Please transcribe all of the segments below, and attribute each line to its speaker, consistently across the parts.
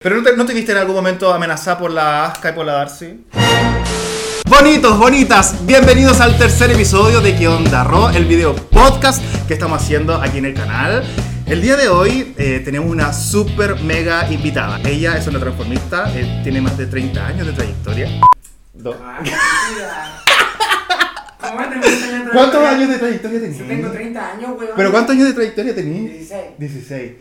Speaker 1: ¿Pero no te, no te viste en algún momento amenazada por la Aska y por la Darcy?
Speaker 2: Bonitos, bonitas, bienvenidos al tercer episodio de Que Onda Ro, el video podcast que estamos haciendo aquí en el canal. El día de hoy eh, tenemos una super mega invitada. Ella es una transformista, eh, tiene más de 30 años de trayectoria. Do- ¿Cuántos años de trayectoria
Speaker 3: Yo
Speaker 2: tenía?
Speaker 3: tengo 30 años, weón.
Speaker 2: ¿Pero cuántos años de trayectoria tenía?
Speaker 3: 16.
Speaker 2: 16.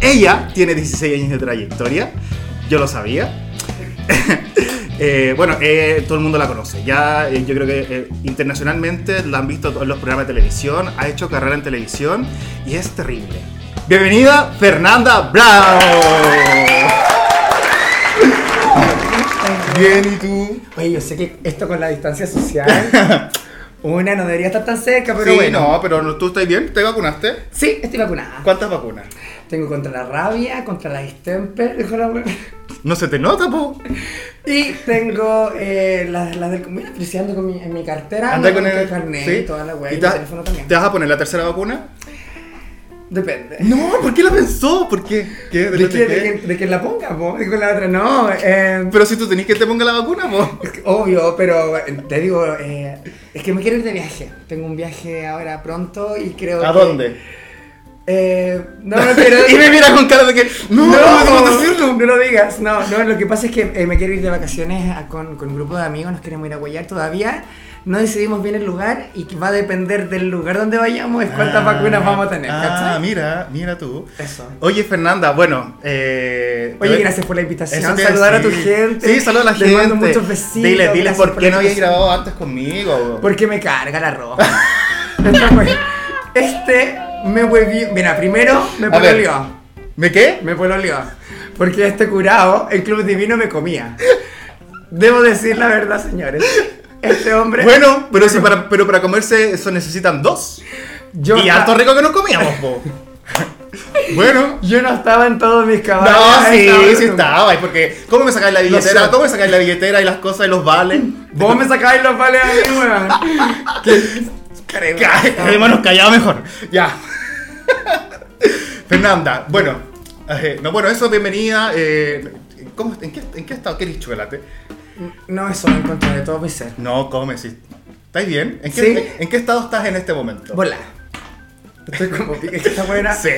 Speaker 2: Ella tiene 16 años de trayectoria, yo lo sabía. Eh, bueno, eh, todo el mundo la conoce. Ya eh, yo creo que eh, internacionalmente la han visto en los programas de televisión, ha hecho carrera en televisión y es terrible. Bienvenida Fernanda Brown. Bien, ¿y tú?
Speaker 3: Oye, yo sé que esto con la distancia social, una no debería estar tan cerca, pero
Speaker 2: sí,
Speaker 3: bueno.
Speaker 2: no, pero no- tú estás bien, te vacunaste.
Speaker 3: Sí, estoy vacunada.
Speaker 2: ¿Cuántas vacunas?
Speaker 3: Tengo contra la rabia, contra la distemper, dijo la weón.
Speaker 2: No se te nota, po.
Speaker 3: Y tengo eh, las las del. Mira, pero si ando con mi, en mi cartera,
Speaker 2: Anda
Speaker 3: ando
Speaker 2: con el
Speaker 3: Ah, carnet
Speaker 2: sí.
Speaker 3: y toda la weá, y
Speaker 2: ¿Y
Speaker 3: el
Speaker 2: te,
Speaker 3: teléfono también.
Speaker 2: te vas a poner la tercera vacuna?
Speaker 3: Depende.
Speaker 2: No, ¿por qué la pensó? ¿Por qué? ¿Qué?
Speaker 3: ¿De,
Speaker 2: ¿De
Speaker 3: que,
Speaker 2: qué?
Speaker 3: de, que, de que la ponga, po. Digo la otra, no. eh,
Speaker 2: Pero si tú tenés que te ponga la vacuna, po.
Speaker 3: Es que, Obvio, pero eh, te digo, eh, es que me quiero ir de viaje. Tengo un viaje ahora pronto y creo.
Speaker 2: ¿A
Speaker 3: que-
Speaker 2: dónde?
Speaker 3: Eh, no, no quiero
Speaker 2: y me mira con cara de que. No, no, no, no,
Speaker 3: no lo digas. No, no, lo que pasa es que eh, me quiero ir de vacaciones a- con, con un grupo de amigos, nos queremos ir a Guayar todavía. No decidimos bien el lugar y que va a depender del lugar donde vayamos es cuántas vacunas vamos a tener,
Speaker 2: Ah,
Speaker 3: ¿cachai?
Speaker 2: mira, mira tú.
Speaker 3: Eso.
Speaker 2: Oye, Fernanda, bueno. Eh, te
Speaker 3: Oye,
Speaker 2: voy-
Speaker 3: gracias por la
Speaker 2: Eso
Speaker 3: invitación.
Speaker 2: te-
Speaker 3: Saludar a tu
Speaker 2: sí.
Speaker 3: gente.
Speaker 2: Sí, saluda a la gente.
Speaker 3: Les mando muchos besitos.
Speaker 2: Dile, dile
Speaker 3: gracias
Speaker 2: por qué
Speaker 3: la
Speaker 2: no habías
Speaker 3: invitación.
Speaker 2: grabado antes conmigo.
Speaker 3: Porque me carga la ropa. este me huevió. Mira, primero me
Speaker 2: A ver.
Speaker 3: pololeó.
Speaker 2: ¿Me qué?
Speaker 3: Me pololeó. Porque este curado, el Club Divino, me comía. Debo decir la verdad, señores. Este hombre.
Speaker 2: Bueno, pero si para, pero para comerse eso necesitan dos.
Speaker 3: yo,
Speaker 2: y
Speaker 3: esta-
Speaker 2: harto rico que nos comíamos, po. bueno.
Speaker 3: yo no estaba en todos mis
Speaker 2: No,
Speaker 3: caballos.
Speaker 2: sí,
Speaker 3: estaba-
Speaker 2: sí estaba. y Porque, ¿cómo me sacáis la billetera?
Speaker 3: sé.
Speaker 2: ¿Cómo me sacáis la billetera y las cosas y los vales?
Speaker 3: Vos me sacáis los vales a mí, weón.
Speaker 2: Ca- Quedémonos callados mejor. Ya. Fernanda, bueno. eh, no, bueno, eso, bienvenida. eh, ¿cómo- en, qué, ¿En qué estado? ¿Querés chocolate?
Speaker 3: No, eso lo encontré de todo mi ser.
Speaker 2: No, come, sí. ¿Estáis bien? ¿En qué,
Speaker 3: Sí.
Speaker 2: ¿En qué estado estás en este momento?
Speaker 3: Volá. Estoy como. Es que esta buena.
Speaker 2: Sí.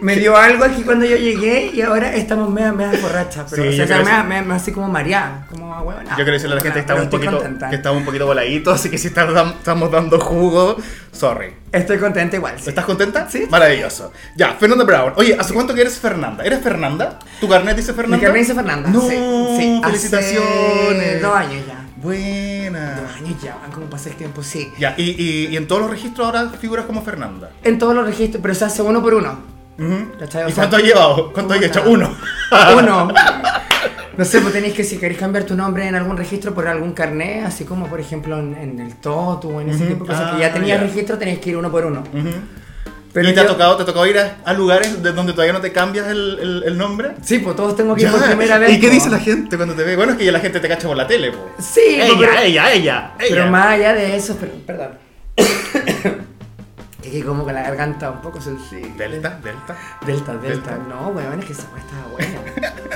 Speaker 3: Me dio algo aquí cuando yo llegué y ahora estamos media, media borracha, pero
Speaker 2: Sí,
Speaker 3: o
Speaker 2: yo
Speaker 3: sea,
Speaker 2: creo
Speaker 3: media,
Speaker 2: que-
Speaker 3: media- media así como mareada, como a huevona.
Speaker 2: Yo quiero decirle a la gente que
Speaker 3: Ah.
Speaker 2: estaba
Speaker 3: Pero
Speaker 2: un
Speaker 3: estoy
Speaker 2: poquito,
Speaker 3: contenta.
Speaker 2: que estaba un poquito voladito, así que si está- estamos dando jugo, sorry.
Speaker 3: Estoy contenta igual. sí.
Speaker 2: ¿Estás contenta?
Speaker 3: Sí.
Speaker 2: Maravilloso. Ya, Fernanda Brown. Oye, ¿hace cuánto que eres Fernanda? ¿Eres Fernanda? ¿Tu carnet dice Fernanda?
Speaker 3: Mi carnet dice Fernanda.
Speaker 2: No,
Speaker 3: sí, sí, hace
Speaker 2: felicitaciones.
Speaker 3: dos años ya. Dos
Speaker 2: Buena.
Speaker 3: años ya, van como pasa el tiempo, sí.
Speaker 2: Ya, y, y- y en todos los registros ahora figuras como Fernanda.
Speaker 3: En todos los registros, pero se hace uno por uno.
Speaker 2: Ujú.
Speaker 3: ¿Cachai? O
Speaker 2: ¿Y
Speaker 3: sea,
Speaker 2: cuánto has llevado? ¿Cuánto has
Speaker 3: puta.
Speaker 2: hecho? Uno.
Speaker 3: Uno. No sé, pues tenéis que si queréis cambiar tu nombre en algún registro por algún carnet, así como por ejemplo en, en el TOTU o en ese
Speaker 2: Ujú.
Speaker 3: tipo de cosas
Speaker 2: Ah,
Speaker 3: que ya tenías
Speaker 2: ya.
Speaker 3: registro, tenéis que ir uno por uno.
Speaker 2: Ujú.
Speaker 3: Pero
Speaker 2: ¿Y te, ha
Speaker 3: yo-
Speaker 2: tocado, te ha tocado ir a, a lugares de donde todavía no te cambias el, el- el nombre?
Speaker 3: Sí, pues todos tengo que ir por
Speaker 2: Ya.
Speaker 3: primera vez.
Speaker 2: ¿Y qué
Speaker 3: po.
Speaker 2: dice la gente cuando te ve? Bueno, es que ya la gente te cacha por la tele, po.
Speaker 3: Sí,
Speaker 2: Ella,
Speaker 3: pero-
Speaker 2: ella, ella,
Speaker 3: Pero
Speaker 2: ella.
Speaker 3: más allá de eso, pero- perdón. es que como con la garganta un poco sensible.
Speaker 2: Delta, Delta.
Speaker 3: Delta, delta.
Speaker 2: Delta.
Speaker 3: No, weón, es que esa weá estaba buena.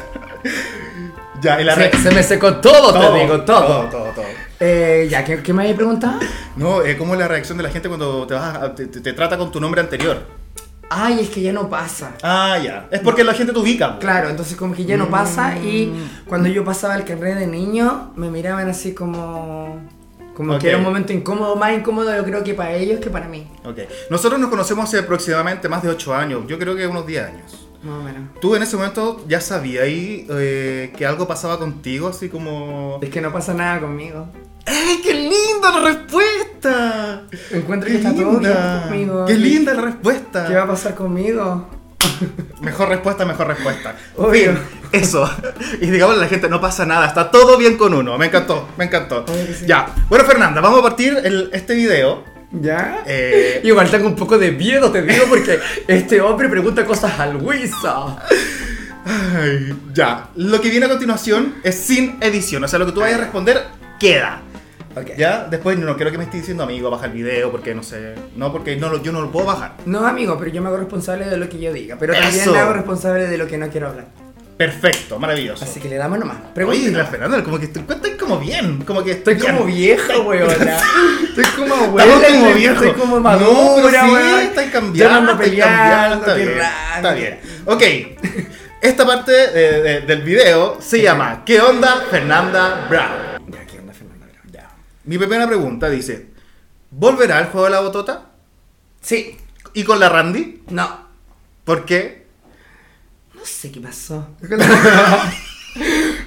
Speaker 2: Ya, y la
Speaker 3: se,
Speaker 2: re-
Speaker 3: se me secó todo, te digo, todo.
Speaker 2: Todo, todo, todo.
Speaker 3: Eh, ya, ¿qué, qué me habéis preguntado?
Speaker 2: No, es como la reacción de la gente cuando te, vas a- te, te- te trata con tu nombre anterior.
Speaker 3: Ay, es que ya no pasa.
Speaker 2: Ah, ya. Es porque la gente te ubica. pues. po.
Speaker 3: Claro, entonces como que ya no pasa y
Speaker 2: Mm.
Speaker 3: cuando yo pasaba el carnet de niño me miraban así como... Como
Speaker 2: Ok.
Speaker 3: que era un momento incómodo, más incómodo yo creo que para ellos que para mí.
Speaker 2: Ok. Nosotros nos conocemos hace aproximadamente más de 8 años. Yo creo que unos 10 años.
Speaker 3: Más o menos.
Speaker 2: Tú en ese momento ya sabías ahí, eh, que algo pasaba contigo, así como...
Speaker 3: Es que no pasa nada conmigo.
Speaker 2: ¡Ay, qué linda la respuesta!
Speaker 3: Encuentro
Speaker 2: ¡Qué
Speaker 3: que está todo bien
Speaker 2: linda!
Speaker 3: conmigo.
Speaker 2: ¡Qué
Speaker 3: Y-
Speaker 2: linda la respuesta!
Speaker 3: ¿Qué va a pasar conmigo?
Speaker 2: Mejor respuesta, mejor respuesta.
Speaker 3: Obvio.
Speaker 2: Fin. Eso. Y digamos a la gente, no pasa nada, está todo bien con uno. Me encantó, me encantó.
Speaker 3: Obvio que sí.
Speaker 2: Ya. Bueno, Fernanda, vamos a partir el- este video.
Speaker 3: ¿Ya?
Speaker 2: Eh,
Speaker 3: Igual tengo un poco de miedo, te digo, porque este hombre pregunta cosas al Luisa.
Speaker 2: ay, ya. Lo que viene a continuación es sin edición. O sea, lo que tú vayas a responder queda.
Speaker 3: Ok.
Speaker 2: Ya, después no quiero que me estés diciendo, amigo, baja el video, porque no sé. No, porque no, lo- yo no lo puedo bajar.
Speaker 3: No, amigo, pero yo me hago responsable de lo que yo diga. Pero también
Speaker 2: Eso.
Speaker 3: me hago responsable de lo que no quiero hablar.
Speaker 2: Perfecto, maravilloso.
Speaker 3: Así que le damos nomás.
Speaker 2: Oye,
Speaker 3: Pregúntela.
Speaker 2: la Fernanda, como que te encuentras como bien, como que
Speaker 3: Estoy como vieja, weona. Estoy como abuela.
Speaker 2: Estamos como
Speaker 3: weón.
Speaker 2: viejo.
Speaker 3: Estoy como
Speaker 2: No, pero
Speaker 3: madura,
Speaker 2: sí,
Speaker 3: weón.
Speaker 2: estáis
Speaker 3: Ya no
Speaker 2: cambiando,
Speaker 3: ando
Speaker 2: estáis cambiando,
Speaker 3: peleando,
Speaker 2: está
Speaker 3: qué
Speaker 2: bien,
Speaker 3: rabia.
Speaker 2: está bien. Ok, esta parte de- de- del video se llama ¿Qué onda Fernanda Brown?
Speaker 3: Ya, ¿qué onda, Fernanda? Ya.
Speaker 2: Mi primera pregunta dice, ¿volverá el juego de la botota?
Speaker 3: Sí.
Speaker 2: ¿Y con la Randy?
Speaker 3: No.
Speaker 2: ¿Por qué?
Speaker 3: No sé qué pasó.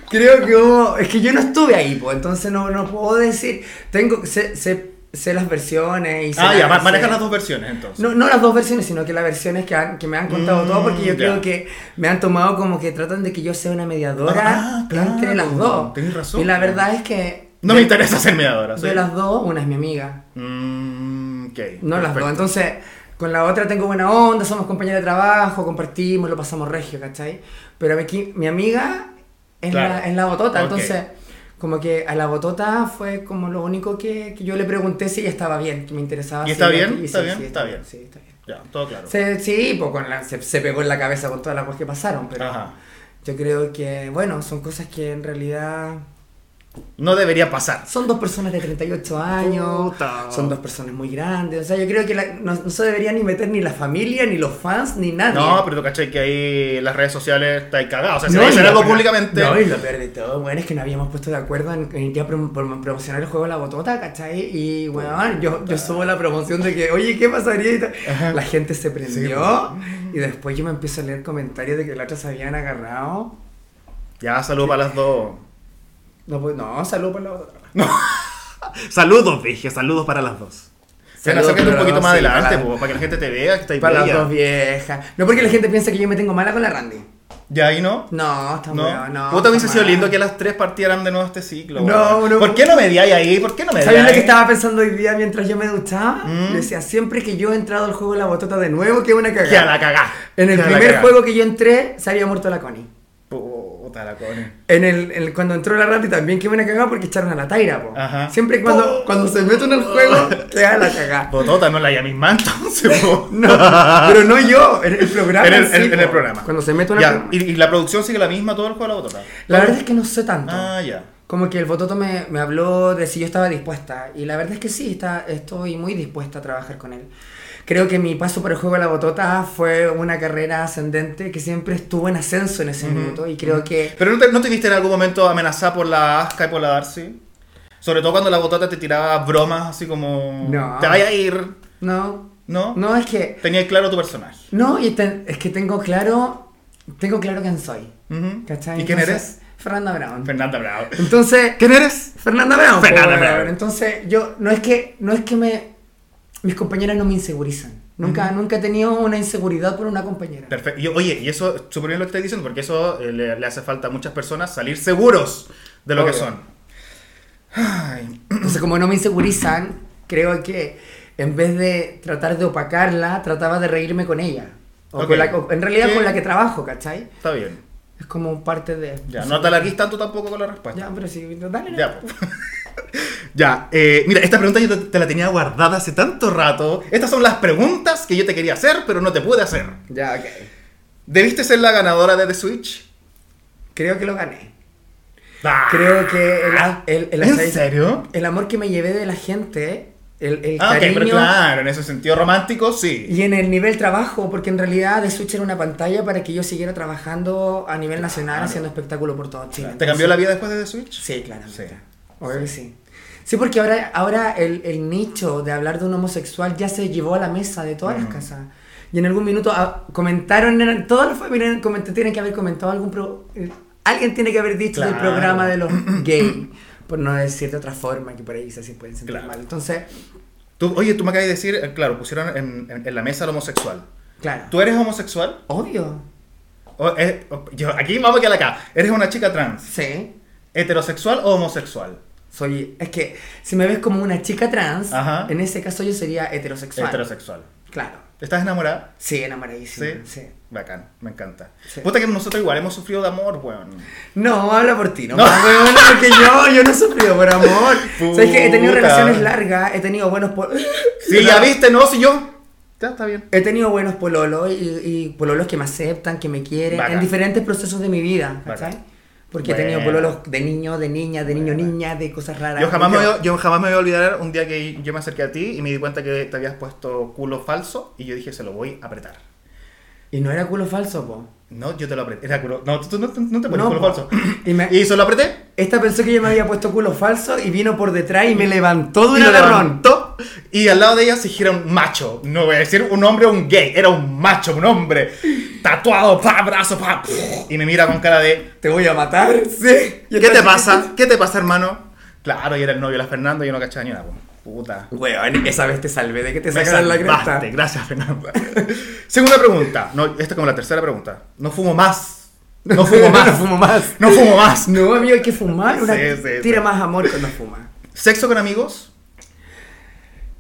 Speaker 3: Creo que hubo. Es que yo no estuve ahí, pues entonces no, no puedo decir. Tengo. Sé, sé, sé las versiones y sé
Speaker 2: Ah,
Speaker 3: las-
Speaker 2: ya, ma-
Speaker 3: sé-
Speaker 2: manejan las dos versiones entonces.
Speaker 3: No, no las dos versiones, sino que las versiones que, han- que me han contado
Speaker 2: Mm,
Speaker 3: todo, porque yo
Speaker 2: ya.
Speaker 3: creo que me han tomado como que tratan de que yo sea una mediadora
Speaker 2: Ah, claro,
Speaker 3: entre las dos.
Speaker 2: tenés razón.
Speaker 3: Y la verdad es que.
Speaker 2: No me interesa ser mediadora.
Speaker 3: De
Speaker 2: soy-
Speaker 3: las dos, una es mi amiga.
Speaker 2: Mm, ok,
Speaker 3: No las
Speaker 2: perfecto.
Speaker 3: dos. Entonces, con la otra tengo buena onda, somos compañeras de trabajo, compartimos, lo pasamos regio, ¿cachai? Pero aquí mi amiga es,
Speaker 2: Claro.
Speaker 3: la, es la botota,
Speaker 2: Ok.
Speaker 3: entonces. Como que a la botota fue como lo único que, que yo le pregunté si ella estaba bien, que me interesaba.
Speaker 2: ¿Y
Speaker 3: si
Speaker 2: está
Speaker 3: ella-
Speaker 2: bien?
Speaker 3: y
Speaker 2: ¿Está bien? Está bien.
Speaker 3: Sí, está bien.
Speaker 2: Ya, todo claro.
Speaker 3: Se, sí, pues con la- se, se pegó en la cabeza con todas las cosas que pasaron, pero
Speaker 2: Ajá.
Speaker 3: yo creo que, bueno, son cosas que en realidad
Speaker 2: No debería pasar.
Speaker 3: son dos personas de 38 años,
Speaker 4: Puta.
Speaker 3: son dos personas muy grandes, o sea, yo creo que la- no, no se debería ni meter ni la familia, ni los fans, ni nadie.
Speaker 2: No, pero tú cachai que ahí las redes sociales están cagadas. O sea, si
Speaker 3: No,
Speaker 2: no,
Speaker 3: y
Speaker 2: dicen
Speaker 3: lo
Speaker 2: algo
Speaker 3: peor-
Speaker 2: públicamente.
Speaker 3: No, y lo peor de todo, bueno, es que no habíamos puesto de acuerdo en, en que prom- prom- promocionar el juego La Botota, ¿cachai? Y, bueno, yo, yo subo la promoción de que, oye, ¿qué pasaría? Y tal. La gente se prendió
Speaker 2: pues.
Speaker 3: y después yo me empiezo a leer comentarios de que la otra se habían agarrado.
Speaker 2: Ya, saludo para las dos.
Speaker 3: No, pues, no, salud por La Botota.
Speaker 4: Saludos, dije, saludos para las dos.
Speaker 2: Pero
Speaker 3: Saludos
Speaker 2: acércate un
Speaker 3: para
Speaker 2: poquito
Speaker 3: las
Speaker 2: más
Speaker 3: dos, sí,
Speaker 2: adelante,
Speaker 3: para-
Speaker 2: po, para que la gente te vea que está ahí
Speaker 3: Para las
Speaker 2: bella.
Speaker 3: dos viejas. No porque la gente piensa que yo me tengo mala con la Randy.
Speaker 2: Ya ahí no.
Speaker 3: No, está
Speaker 2: No,
Speaker 3: bueno, no.
Speaker 2: Puta, hubiese
Speaker 3: está
Speaker 2: sido
Speaker 3: mal.
Speaker 2: lindo que las tres partieran de nuevo este ciclo.
Speaker 3: No,
Speaker 2: weón.
Speaker 3: no.
Speaker 2: ¿Por qué no mediáis ahí? ¿Por qué no mediáis?
Speaker 3: ¿Sabes lo que estaba pensando hoy día mientras yo me duchaba?
Speaker 2: Mm.
Speaker 3: Yo decía, siempre que yo he entrado al juego de la botota de nuevo, que una
Speaker 2: Que a
Speaker 3: cagada.
Speaker 2: la cagá.
Speaker 3: En el
Speaker 2: Que a la
Speaker 3: primer
Speaker 2: cagá.
Speaker 3: juego que yo entré, se había muerto la Connie.
Speaker 2: Puta la cone.
Speaker 3: En el, en el- cuando entró la Randy también que una cagada porque echaron a la Taira, po.
Speaker 2: Ajá. Oh.
Speaker 3: Siempre cuando, cuando se meten al juego, queda la cagada.
Speaker 2: Botota, no la llaméis más entonces, po.
Speaker 3: No, pero no yo, en el programa.
Speaker 2: En el,
Speaker 3: sí,
Speaker 2: en- en el
Speaker 3: po.
Speaker 2: programa.
Speaker 3: Cuando se mete una
Speaker 2: Ya, y, y la producción sigue la misma todo el juego de la botota.
Speaker 3: La verdad es que no sé tanto.
Speaker 2: Ah, ya.
Speaker 3: Como que el Bototo me, me habló de si yo estaba dispuesta. Y la verdad es que sí, está, estoy muy dispuesta a trabajar con él. Creo que mi paso por el juego de la Botota fue una carrera ascendente que siempre estuvo en ascenso en ese minuto. Y creo que.
Speaker 2: ¿Pero no te, no te viste en algún momento amenazada por la Aska y por la Darcy? Sobre todo cuando la botota te tiraba bromas así como...
Speaker 3: No.
Speaker 2: Te vaya a ir,
Speaker 3: No,
Speaker 2: ¿no?
Speaker 3: no es que.
Speaker 2: Tenías claro tu personaje.
Speaker 3: No, y ten- es que tengo claro. Tengo claro quién soy.
Speaker 2: Ujú.
Speaker 3: ¿Cachai?
Speaker 2: ¿Y quién
Speaker 3: Entonces, Fernanda Brown.
Speaker 2: eres? Fernanda Bravo.
Speaker 3: Entonces.
Speaker 4: ¿Quién eres?
Speaker 3: Fernanda Brown.
Speaker 4: Fernanda
Speaker 3: po, weón.
Speaker 4: Brown.
Speaker 3: Entonces, yo no es que no es que me mis compañeras no me insegurizan. Nunca nunca he tenido una inseguridad por una compañera.
Speaker 2: Perfecto. Y- oye, y eso, súper bien lo que estás diciendo, porque eso eh, le, le hace falta a muchas personas salir seguros de lo que
Speaker 3: Obvio.
Speaker 2: son. Ay,
Speaker 3: Entonces, como no me insegurizan, creo que en vez de tratar de opacarla, trataba de reírme con ella. O
Speaker 2: Ok.
Speaker 3: con la- o- en realidad
Speaker 2: Sí.
Speaker 3: con la que trabajo, ¿cachai?
Speaker 2: está bien.
Speaker 3: Es como parte de
Speaker 2: Ya, no te alarguís tanto tampoco con la respuesta.
Speaker 3: Ya, pero sí, dale. no.
Speaker 2: Ya, po. ya eh, mira, esta pregunta yo te, te la tenía guardada hace tanto rato. Estas son las preguntas que yo te quería hacer, pero no te pude hacer.
Speaker 3: Ya, ok.
Speaker 2: ¿Debiste ser la ganadora de The Switch?
Speaker 3: Creo que lo gané. Creo que el, el, Ah, el-
Speaker 2: ¿En serio?
Speaker 3: el amor que me llevé de la gente, el, el
Speaker 2: Ah, ok,
Speaker 3: cariño
Speaker 2: pero claro, en ese sentido romántico, sí.
Speaker 3: Y en el nivel trabajo, porque en realidad The Switch era una pantalla para que yo siguiera trabajando a nivel nacional
Speaker 2: Claro.
Speaker 3: haciendo espectáculo por todo Chile.
Speaker 2: ¿Te cambió la vida después de The Switch?
Speaker 3: Sí, claramente.
Speaker 2: Sí.
Speaker 3: Obvio que sí. Sí, porque ahora, ahora el, el nicho de hablar de un homosexual ya se llevó a la mesa de todas las
Speaker 2: Ujú.
Speaker 3: casas. Y en algún minuto ah, comentaron, eran- todas las familias coment- tienen que haber comentado algún pro- eh, alguien tiene que haber dicho del
Speaker 2: Claro.
Speaker 3: programa de los gays, por no decir de otra forma, que por ahí se pueden sentir
Speaker 2: Claro.
Speaker 3: mal. Entonces,
Speaker 2: Tú- oye, tú me acabas de decir, eh, claro, pusieron en, en- en la mesa al homosexual.
Speaker 3: claro.
Speaker 2: ¿Tú eres homosexual?
Speaker 3: Obvio.
Speaker 2: O es- o- yo- aquí vamos a quedar acá. ¿Eres una chica trans?
Speaker 3: Sí.
Speaker 2: ¿Heterosexual o homosexual?
Speaker 3: Soy, es que si me ves como una chica trans,
Speaker 2: Ajá.
Speaker 3: en ese caso yo sería heterosexual.
Speaker 2: Heterosexual.
Speaker 3: Claro.
Speaker 2: ¿Estás enamorada?
Speaker 3: Sí, enamoradísima.
Speaker 2: ¿Sí? Bacán, me encanta.
Speaker 3: Sí.
Speaker 2: Puta que nosotros igual hemos sufrido de amor, weón.
Speaker 3: No, habla por ti, no.
Speaker 2: No.
Speaker 3: weón, porque yo, yo no he sufrido por amor.
Speaker 2: Puta.
Speaker 3: Sabes que he tenido relaciones largas, he tenido buenos por...
Speaker 2: Sí, ya viste, ¿no? Si yo. Ya está bien.
Speaker 3: He tenido buenos pololos y, y pololos que me aceptan, que me quieren,
Speaker 2: Bacán.
Speaker 3: en diferentes procesos de mi vida,
Speaker 2: Bacán.
Speaker 3: ¿cachai? Porque he
Speaker 2: Buena.
Speaker 3: tenido pololos de niño, de niña, de niño, niña, de cosas raras.
Speaker 2: Yo jamás, me
Speaker 3: Porque-
Speaker 2: voy, a- yo jamás me voy a olvidar un día que yo me acerqué a ti y me di cuenta que te habías puesto culo falso y yo dije, se lo voy a apretar.
Speaker 3: Y no era culo falso, po.
Speaker 2: No, yo te lo apreté. Era culo. No, tú, tú no, no te pones
Speaker 3: No,
Speaker 2: culo
Speaker 3: po.
Speaker 2: falso.
Speaker 3: Y me-
Speaker 2: Y se lo apreté
Speaker 3: Esta pensó que yo me había puesto culo falso y vino por detrás y me levantó de
Speaker 2: y
Speaker 3: un
Speaker 2: lo
Speaker 3: agarrón.
Speaker 2: levantó y al lado de ella se gira un macho. No voy a decir un hombre o un gay, era un macho, un hombre. Tatuado, pa, brazo, pa. pf, Y me mira con cara de.
Speaker 3: Te voy a matar, sí. Y
Speaker 2: ¿Qué te
Speaker 3: entonces-
Speaker 2: pasa? ¿Qué te pasa, hermano? Claro, y era el novio de la Fernando y yo no cachaba ni una pues, puta.
Speaker 3: Weón, esa vez te salvé de que te
Speaker 2: Me
Speaker 3: sacaran la cresta.
Speaker 2: salvaste, gracias, Fernando. Segunda pregunta. No, esta es como la tercera pregunta. No fumo más. No fumo
Speaker 3: no
Speaker 2: más.
Speaker 3: fumo más.
Speaker 2: No fumo más.
Speaker 3: No, amigo, hay que fumar. Una...
Speaker 2: Sí, sí, sí.
Speaker 3: Tira más amor cuando fuma.
Speaker 2: ¿Sexo con amigos?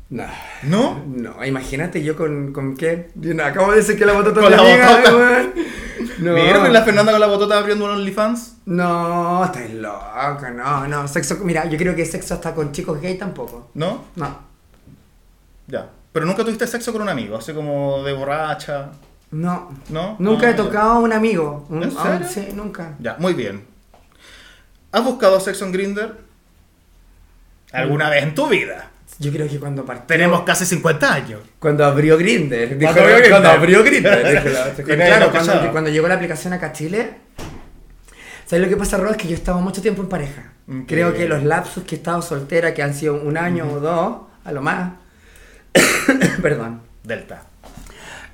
Speaker 3: No.
Speaker 2: ¿No?
Speaker 3: No, imagínate yo con, con qué. Yo no, acabo de decir que la botota
Speaker 2: Con
Speaker 3: es
Speaker 2: la
Speaker 3: mi amiga,
Speaker 2: botota.
Speaker 3: weón. No.
Speaker 2: ¿Vieron la Fernanda con la botota abriendo un OnlyFans?
Speaker 3: No, estás loca, no, no. Sexo, mira, yo creo que sexo hasta con chicos gay tampoco.
Speaker 2: ¿No?
Speaker 3: No.
Speaker 2: Ya. Pero nunca tuviste sexo con un amigo, así como de borracha,
Speaker 3: No.
Speaker 2: ¿no?
Speaker 3: Nunca
Speaker 2: Ah,
Speaker 3: he tocado a un amigo. Un-
Speaker 2: ¿En
Speaker 3: a un-
Speaker 2: serio?
Speaker 3: sí, nunca.
Speaker 2: Ya, Ya, muy bien. ¿Has buscado sexo en Grinder? ¿Alguna vez en tu vida?
Speaker 3: Yo creo que cuando partió.
Speaker 2: Tenemos casi 50 años.
Speaker 3: Cuando abrió Grindr. Dijo,
Speaker 2: Cuando abrió Grindr.
Speaker 3: cuando abrió Grindr. dijo la-
Speaker 2: Y nadie
Speaker 3: claro,
Speaker 2: lo cachaba.
Speaker 3: cuando, cuando llegó la aplicación acá a Chile. ¿Sabes lo que pasa, Ro? Es que yo he estado mucho tiempo en pareja.
Speaker 2: Ok.
Speaker 3: Creo que los lapsus que he estado soltera, que han sido un año o dos, a lo más. Perdón.
Speaker 2: Delta.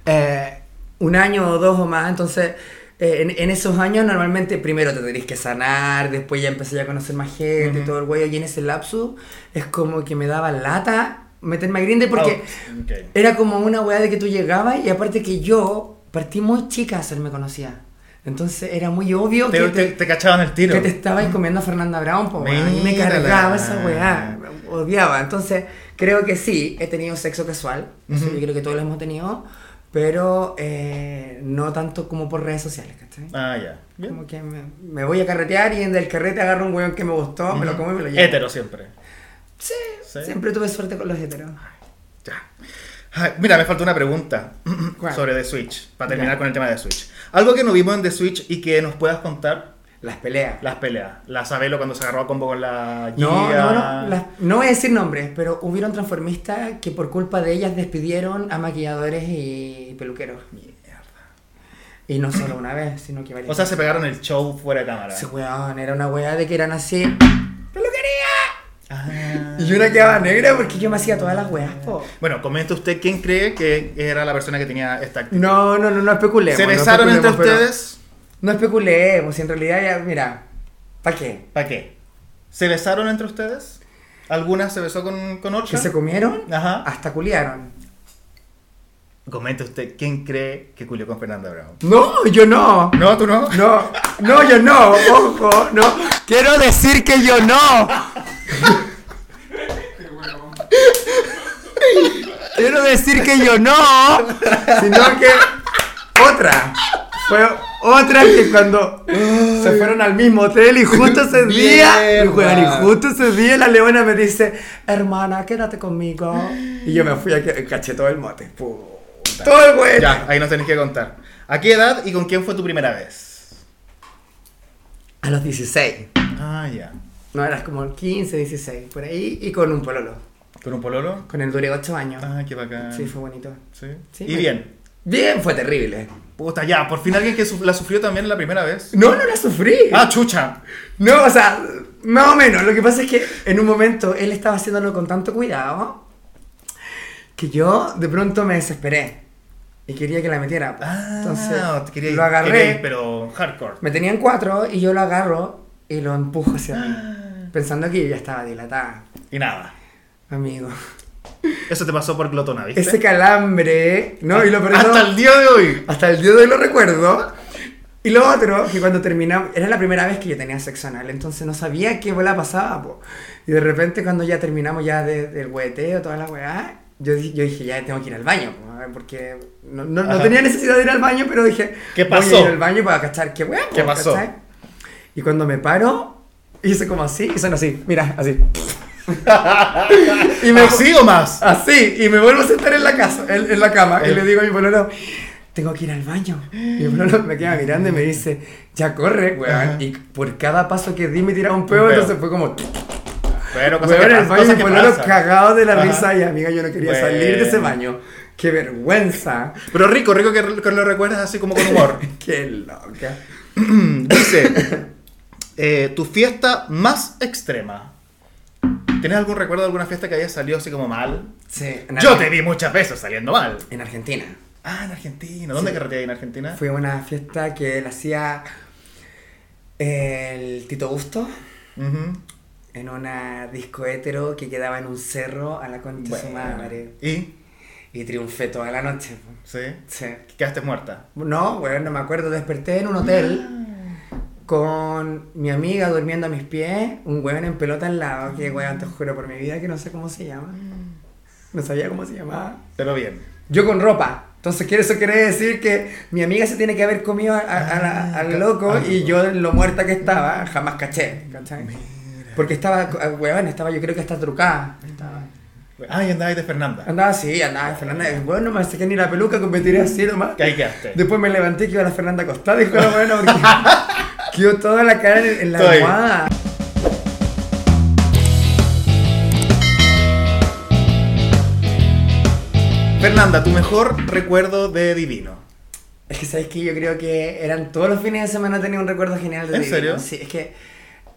Speaker 3: eh, un año o dos o más. Entonces, eh, en, en esos años normalmente primero te tenés que sanar, después ya empecé ya a conocer más gente y todo el güey. Y en ese lapso es como que me daba lata meterme a Grindr porque
Speaker 2: Ah, Ok.
Speaker 3: era como una weá de que tú llegabas y aparte que yo partí muy chica a hacerme conocida. Entonces era muy obvio
Speaker 2: Te,
Speaker 3: que
Speaker 2: te- te cachaban el tiro.
Speaker 3: que te estabas comiendo a Fernanda Brown, po, weón. Y me
Speaker 2: Mírala.
Speaker 3: cargaba esa weá. Odiaba. Entonces, creo que sí, he tenido sexo casual. Eso yo creo que todos lo hemos tenido. Pero eh, no tanto como por redes sociales, ¿cachai?
Speaker 2: Ah, ya. Bien.
Speaker 3: Como que me, me voy a carretear y en el carrete agarro un weón que me gustó, "Oh, me lo como y me lo llevo.
Speaker 2: Hétero siempre.
Speaker 3: Sí,
Speaker 2: Sí.
Speaker 3: siempre tuve suerte con los heteros.
Speaker 2: Ya. Ay, mira, me falta una pregunta
Speaker 3: ¿Cuál?
Speaker 2: sobre The Switch, para terminar
Speaker 3: Ya.
Speaker 2: con el tema de Switch. Algo que no vimos en The Switch y que nos puedas contar,
Speaker 3: Las peleas.
Speaker 2: las peleas. La Sabelo cuando se agarró a combo con la
Speaker 3: No,
Speaker 2: Gia.
Speaker 3: no, no, las- no voy a decir nombres, pero hubieron transformistas que por culpa de ellas despidieron a maquilladores y peluqueros. Y no solo una vez, sino que varias
Speaker 2: O sea, se
Speaker 3: veces.
Speaker 2: pegaron el show fuera de cámara.
Speaker 3: Ese weón, era una weá de que eran así. ¡Peluquería!
Speaker 2: Ah.
Speaker 3: Y yo una quedaba negra porque yo me hacía todas las weas, po.
Speaker 2: Bueno, comente usted quién cree que era la persona que tenía esta actitud.
Speaker 3: No, no, no, no especulemos.
Speaker 2: ¿Se
Speaker 3: no
Speaker 2: besaron entre
Speaker 3: especulemos, pero-
Speaker 2: ustedes?
Speaker 3: No especulemos, si en realidad ya, mira, ¿para qué?
Speaker 2: ¿Para qué? ¿Se besaron entre ustedes? ¿Alguna se besó con, con
Speaker 3: ¿Que
Speaker 2: otra?
Speaker 3: se comieron?
Speaker 2: Ajá.
Speaker 3: Hasta culiaron.
Speaker 2: Comente usted quién cree que culió con Fernanda Brown.
Speaker 3: No, yo no.
Speaker 2: No, tú no.
Speaker 3: No, no, yo no, ojo, no. Quiero decir que yo no. Quiero decir que yo no, sino que otra. Fue otra que cuando se fueron al mismo hotel y justo ese día, y,
Speaker 2: Mierda.
Speaker 3: y justo ese día la leona me dice, hermana, quédate conmigo. Y yo me fui a que caché todo el mote. Puta. Todo el güey.
Speaker 2: Ya, ahí nos tenés que contar. ¿A qué edad y con quién fue tu primera vez?
Speaker 3: A los 16.
Speaker 2: Ah, ya.
Speaker 3: No, eras como 15, 16, por ahí, y con un pololo.
Speaker 2: ¿Con un pololo?
Speaker 3: Con él duré 8 años.
Speaker 2: Ah, qué bacán.
Speaker 3: Sí, fue bonito.
Speaker 2: Sí.
Speaker 3: Sí,
Speaker 2: y
Speaker 3: me-
Speaker 2: bien.
Speaker 3: Bien, fue terrible.
Speaker 2: Puta, ya, por fin alguien que su- la sufrió también la primera vez.
Speaker 3: No, no la sufrí.
Speaker 2: Ah, chucha.
Speaker 3: No, o sea, más o menos. Lo que pasa es que en un momento él estaba haciéndolo con tanto cuidado que yo de pronto me desesperé y quería que la metiera. pues.
Speaker 2: Ah,
Speaker 3: Entonces
Speaker 2: te quería
Speaker 3: lo agarré.
Speaker 2: quería ir, pero hardcore.
Speaker 3: Me tenían cuatro y yo lo agarro y lo empujo hacia
Speaker 2: Ah.
Speaker 3: mí. Pensando que yo ya estaba dilatada,
Speaker 2: Y nada.
Speaker 3: amigo.
Speaker 2: Eso te pasó por glotona, ¿viste?
Speaker 3: Ese calambre, ¿no? Y lo peor de todo-
Speaker 2: Hasta el día de hoy.
Speaker 3: Hasta el día de hoy lo recuerdo. Y lo otro, que cuando terminamos, era la primera vez que yo tenía sexo anal, entonces no sabía qué bola pasaba, po. Y de repente cuando ya terminamos ya de- del hueteo, toda la weá, yo, di- yo dije, ya tengo que ir al baño, po, a ver, porque no, no- no
Speaker 2: Ajá.
Speaker 3: tenía necesidad de ir al baño, pero dije,
Speaker 2: ¿Qué
Speaker 3: voy a
Speaker 2: pasó?
Speaker 3: ir al baño para cachar qué weá, po,
Speaker 2: ¿Qué pasó?
Speaker 3: ¿cachai? Y cuando me paro, hice como así, y son así, mira, así.
Speaker 2: Y me exigo más.
Speaker 3: Así, y me vuelvo a sentar en la casa, en, en la cama, y
Speaker 2: El-
Speaker 3: le digo a mi pololo, tengo que ir al baño. Y mi pololo me queda mirando y me dice, ya corre, weón.
Speaker 2: Ajá.
Speaker 3: Y por cada paso que di me tiraba un peo,
Speaker 2: Un peo.
Speaker 3: entonces fue como,
Speaker 2: Bueno, cosas
Speaker 3: weón,
Speaker 2: que
Speaker 3: en el
Speaker 2: pas-
Speaker 3: baño,
Speaker 2: cosas
Speaker 3: mi
Speaker 2: que
Speaker 3: pololo
Speaker 2: pasan.
Speaker 3: cagado de la
Speaker 2: Ajá.
Speaker 3: risa, y amiga, yo no quería salir de ese
Speaker 2: Bueno.
Speaker 3: baño. ¡Qué vergüenza!
Speaker 2: Pero rico, rico que, que lo recuerdas así como con humor. Mm,
Speaker 3: ¡Qué loca!
Speaker 2: Dice, eh, tu fiesta más extrema. ¿Tienes algún recuerdo de alguna fiesta que haya salido así como mal?
Speaker 3: Sí, en
Speaker 2: Yo
Speaker 3: Ar-
Speaker 2: te vi muchas veces saliendo mal.
Speaker 3: En Argentina.
Speaker 2: Ah, en Argentina. ¿Dónde
Speaker 3: Sí.
Speaker 2: carreteas en Argentina?
Speaker 3: Fue una fiesta que la hacía el Tito Gusto.
Speaker 2: Ujú.
Speaker 3: En una disco hétero que quedaba en un cerro a la concha de su
Speaker 2: Bueno.
Speaker 3: madre.
Speaker 2: ¿Y?
Speaker 3: Y triunfé toda la noche. po.
Speaker 2: Sí.
Speaker 3: Sí.
Speaker 2: Quedaste muerta.
Speaker 3: No, weón, no me acuerdo. Desperté en un hotel con mi amiga durmiendo a mis pies, un weón en pelota al lado, que weón, te juro por mi vida que no sé cómo se llama.
Speaker 2: Mm.
Speaker 3: No sabía cómo se llamaba.
Speaker 2: Pero bien.
Speaker 3: Yo con ropa. Entonces, ¿qué- eso quiere decir que mi amiga se tiene que haber comido a- a- a la-
Speaker 2: Ah,
Speaker 3: al
Speaker 2: ca-
Speaker 3: loco
Speaker 2: al
Speaker 3: y
Speaker 2: loco.
Speaker 3: yo, lo muerta que estaba, jamás caché. ¿cachai? Porque estaba, ah, weón, estaba, yo creo que está trucada. Estaba.
Speaker 2: Ay, andabas de Fernanda.
Speaker 3: Andaba así, andaba Fernanda. Bueno, no me saqué ni la peluca, competiré así nomás.
Speaker 2: Que ahí quedaste.
Speaker 3: Después me levanté que iba la Fernanda acostada y dijo, "Ah, bueno, porque quedó toda la cara en, en la
Speaker 2: Estoy.
Speaker 3: almohada.
Speaker 2: Fernanda, tu mejor recuerdo de Divino.
Speaker 3: Es que sabes que yo creo que eran todos los fines de semana tenía un recuerdo genial de
Speaker 2: ¿En
Speaker 3: Divino.
Speaker 2: serio?
Speaker 3: Sí, es que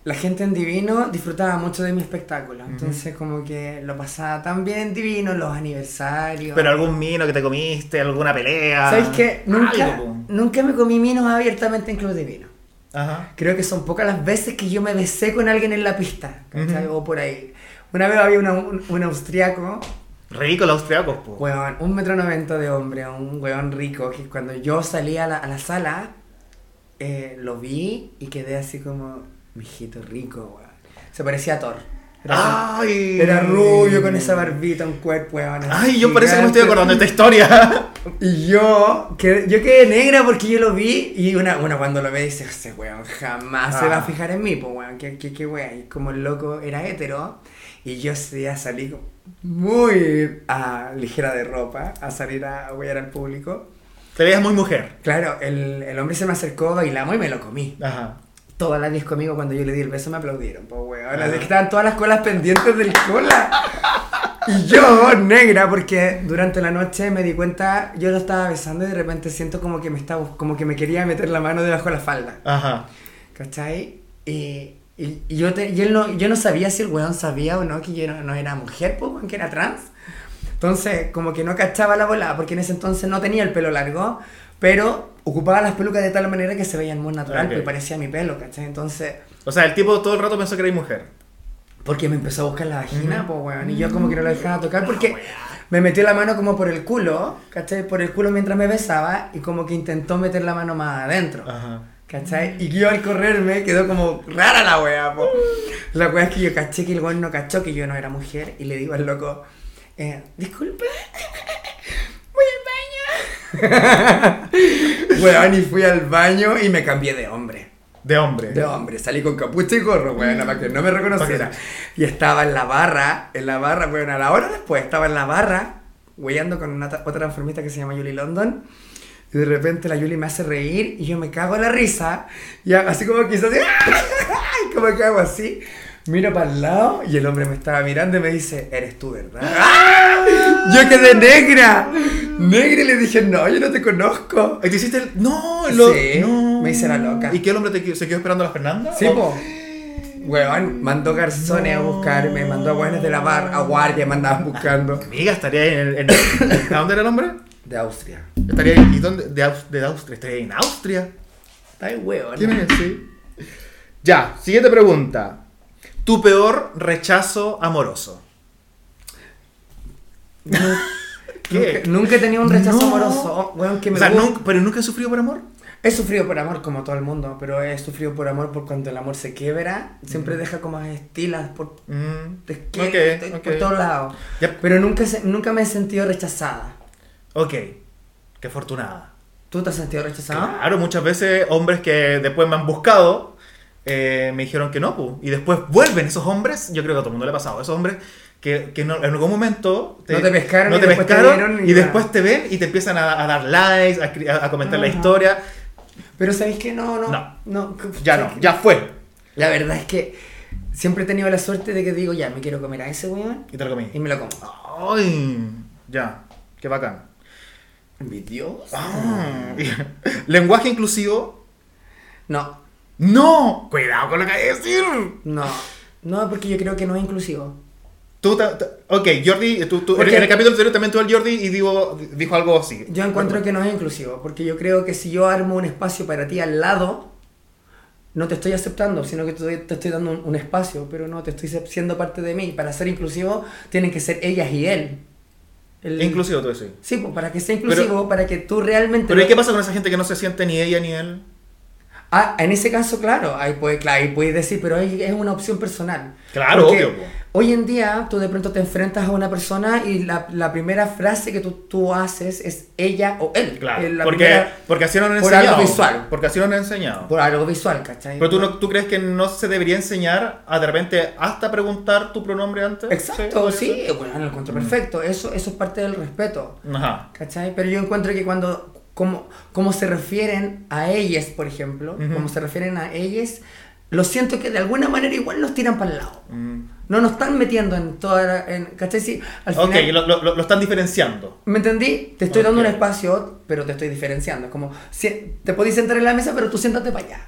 Speaker 3: la gente en Divino disfrutaba mucho de mi espectáculo. Entonces como que lo pasaba tan bien en Divino, los aniversarios.
Speaker 2: Pero algún mino que te comiste, alguna pelea.
Speaker 3: ¿Sabes qué? Nunca,
Speaker 2: Algo.
Speaker 3: nunca me comí minos abiertamente en Club Divino.
Speaker 2: Ajá.
Speaker 3: Creo que son pocas las veces que yo me besé con alguien en la pista, ¿cachai?
Speaker 2: Ujú.
Speaker 3: O por ahí. Una vez había una- un, un austriaco,
Speaker 2: Rico los austriacos, po.
Speaker 3: weón, un metro noventa de hombre, un weón rico, que cuando yo salí a la, a la sala, eh, lo vi y quedé así como, mijito rico, weón. Se parecía a Thor.
Speaker 2: Ah,
Speaker 3: Era,
Speaker 2: Ay.
Speaker 3: era rubio con esa barbita, un cuerpo, weón.
Speaker 2: Ay, yo parece que me estoy
Speaker 3: gigante.
Speaker 2: acordando de esta historia.
Speaker 3: Y yo quedé, yo quedé negra porque yo lo vi y una, una cuando lo ve dice, ese weón jamás se va a
Speaker 2: Ah.
Speaker 3: fijar en mí, pues weón, qué, qué, qué weón. Y como el loco era hétero y yo ese día salí como muy ah, ligera de ropa a salir a huear al público.
Speaker 2: Te veías muy mujer.
Speaker 3: Claro, el, el hombre se me acercó, bailamos y me lo comí.
Speaker 2: Ajá.
Speaker 3: Toda la disco conmigo cuando yo le di el beso me aplaudieron, pues weón.
Speaker 2: Ah.
Speaker 3: Así que estaban todas las colas pendientes del cola. Y yo, oh, negra, porque durante la noche me di cuenta, yo lo estaba besando y de repente siento como que me estaba, como que me quería meter la mano debajo de la falda.
Speaker 2: Ajá.
Speaker 3: ¿Cachai? Y, y- y yo, te- y él no, yo no sabía si el weón sabía o no que yo no, no era mujer, pues, weón, que era trans. Entonces, como que no cachaba la bola, porque en ese entonces no tenía el pelo largo, pero ocupaba las pelucas de tal manera que se veían muy natural,
Speaker 2: Ok.
Speaker 3: que parecía mi pelo, ¿cachai? Entonces,
Speaker 2: O sea, el tipo todo el rato pensó que erais mujer.
Speaker 3: porque me empezó a buscar la vagina, pues, weón. Y yo como que no la dejaba tocar porque me metió la mano como por el culo, ¿cachai? Por el culo mientras me besaba y como que intentó meter la mano más adentro,
Speaker 2: Ajá.
Speaker 3: ¿cachai? Y yo al correrme quedó como rara la wea, po. La wea es que yo caché que el weón no cachó que yo no era mujer y le digo al loco, eh, disculpe, voy al baño. weón, y fui al baño y me cambié de hombre.
Speaker 2: De hombre.
Speaker 3: De hombre, salí con capucha y gorro, weón, para que no me reconociera. Y estaba en la barra, en la barra, weón, a la hora después, estaba en la barra, weyando con una ta- otra transformista que se llama Julie London. Y de repente la Julie me hace reír y yo me cago en la risa. Y hago así como quizás, así, como que hago así. Miro para el lado y el hombre me estaba mirando y me dice, eres tú, ¿verdad? Yo quedé negra, negra y le dije, no, yo no te conozco.
Speaker 2: ¿Y te hiciste el... No, lo...
Speaker 3: Sí,
Speaker 2: no.
Speaker 3: me hice la loca.
Speaker 2: ¿Y qué hombre te... qui- se quedó esperando a la Fernanda?
Speaker 3: Sí,
Speaker 2: ¿O-
Speaker 3: po. Weón, mandó garzones a buscarme, mandó a weones de la bar, a guardia, me andaban buscando.
Speaker 2: Amiga, estaría en... el- en el- ¿A dónde era el hombre?
Speaker 3: De Austria.
Speaker 2: Estaría en... ¿Y dónde? De, Aus- de Austria. Estaría en Austria.
Speaker 3: Está ahí, weón.
Speaker 2: ¿Quién es? Sí. Ya, siguiente pregunta. Tu peor rechazo amoroso. ¿Qué?
Speaker 3: Nunca, nunca he tenido un rechazo
Speaker 2: No.
Speaker 3: amoroso, weón, que me
Speaker 2: o sea,
Speaker 3: gusta.
Speaker 2: nunca- ¿pero nunca has sufrido por amor?
Speaker 3: He sufrido por amor como todo el mundo, pero he sufrido por amor por cuando el amor se quiebra, siempre deja como estilas por,
Speaker 2: Mm.
Speaker 3: te quiebra,
Speaker 2: Ok,
Speaker 3: te-
Speaker 2: ok.
Speaker 3: por todos lados.
Speaker 2: Yep.
Speaker 3: Pero nunca, se- nunca me he sentido rechazada.
Speaker 2: Ok, qué afortunada.
Speaker 3: ¿Tú te has sentido rechazada?
Speaker 2: Claro, muchas veces hombres que después me han buscado eh, me dijeron que no, pu. y después vuelven esos hombres, yo creo que a todo el mundo le ha pasado, esos hombres que, que no- en algún momento
Speaker 3: No te pescaron
Speaker 2: no
Speaker 3: y
Speaker 2: te
Speaker 3: después te
Speaker 2: pescaron
Speaker 3: vieron y
Speaker 2: y,
Speaker 3: ya.
Speaker 2: después te ven y te empiezan a, a dar likes, a, cri- a- a comentar la
Speaker 3: Ajá.
Speaker 2: historia.
Speaker 3: Pero sabéis que no, no.
Speaker 2: No.
Speaker 3: no
Speaker 2: Ya no, ya fue.
Speaker 3: La verdad es que siempre he tenido la suerte de que digo, ya, me quiero comer a ese weón
Speaker 2: Y te lo comí.
Speaker 3: y me lo como.
Speaker 2: Ay, ya, qué bacán.
Speaker 3: ¿Mi Dios?
Speaker 2: Ah. Lenguaje inclusivo.
Speaker 3: No,
Speaker 2: No, cuidado con lo que voy a decir.
Speaker 3: no. No, porque yo creo que no es inclusivo.
Speaker 2: Tú, ta- ta- ok, Jordi, eh, tú, tú-
Speaker 3: Porque-
Speaker 2: en el capítulo anterior también tuvo el Jordi y digo, dijo algo así.
Speaker 3: Yo encuentro que no es inclusivo, porque yo creo que si yo armo un espacio para ti al lado, no te estoy aceptando, sino que te, te estoy dando un, un espacio, pero no te estoy se- siendo parte de mí. Para ser inclusivo, tienen que ser ellas y él. El-
Speaker 2: Inclusivo tú decís.
Speaker 3: Sí, pues para que sea inclusivo, para que tú realmente...
Speaker 2: Pero ¿y
Speaker 3: no-
Speaker 2: qué pasa con esa gente que no se siente ni ella ni él?
Speaker 3: Ah, en ese caso, claro, ahí puedes ahí puede decir, pero ahí es una opción personal.
Speaker 2: Claro, obvio, po.
Speaker 3: Hoy en día, tú de pronto te enfrentas a una persona y la, la primera frase que tú, tú haces es ella o él. Eh, la
Speaker 2: porque,
Speaker 3: primera-
Speaker 2: porque así no han
Speaker 3: por
Speaker 2: enseñado.
Speaker 3: algo visual.
Speaker 2: Porque así no han enseñado.
Speaker 3: por algo visual, ¿cachai?
Speaker 2: Pero tú, no, tú crees que no se debería enseñar a de repente hasta preguntar tu pronombre antes.
Speaker 3: Exacto,
Speaker 2: ¿Sí? Mm.
Speaker 3: sí, bueno, lo encuentro perfecto. Eso, eso es parte del respeto,
Speaker 2: Ajá.
Speaker 3: ¿cachai? Pero yo encuentro que cuando, como, como se refieren a ellas, por ejemplo,
Speaker 2: Ujú.
Speaker 3: como se refieren a ellas, lo siento que de alguna manera igual nos tiran para el lado.
Speaker 2: Mm.
Speaker 3: No nos están metiendo en toda la- en, ¿Cachai? Sí, al final.
Speaker 2: Ok, lo, lo- lo- lo están diferenciando.
Speaker 3: ¿Me entendí? Te estoy dando un
Speaker 2: Ok.
Speaker 3: espacio, pero te estoy diferenciando. Es como, si- te podéis sentar en la mesa, pero tú siéntate para allá.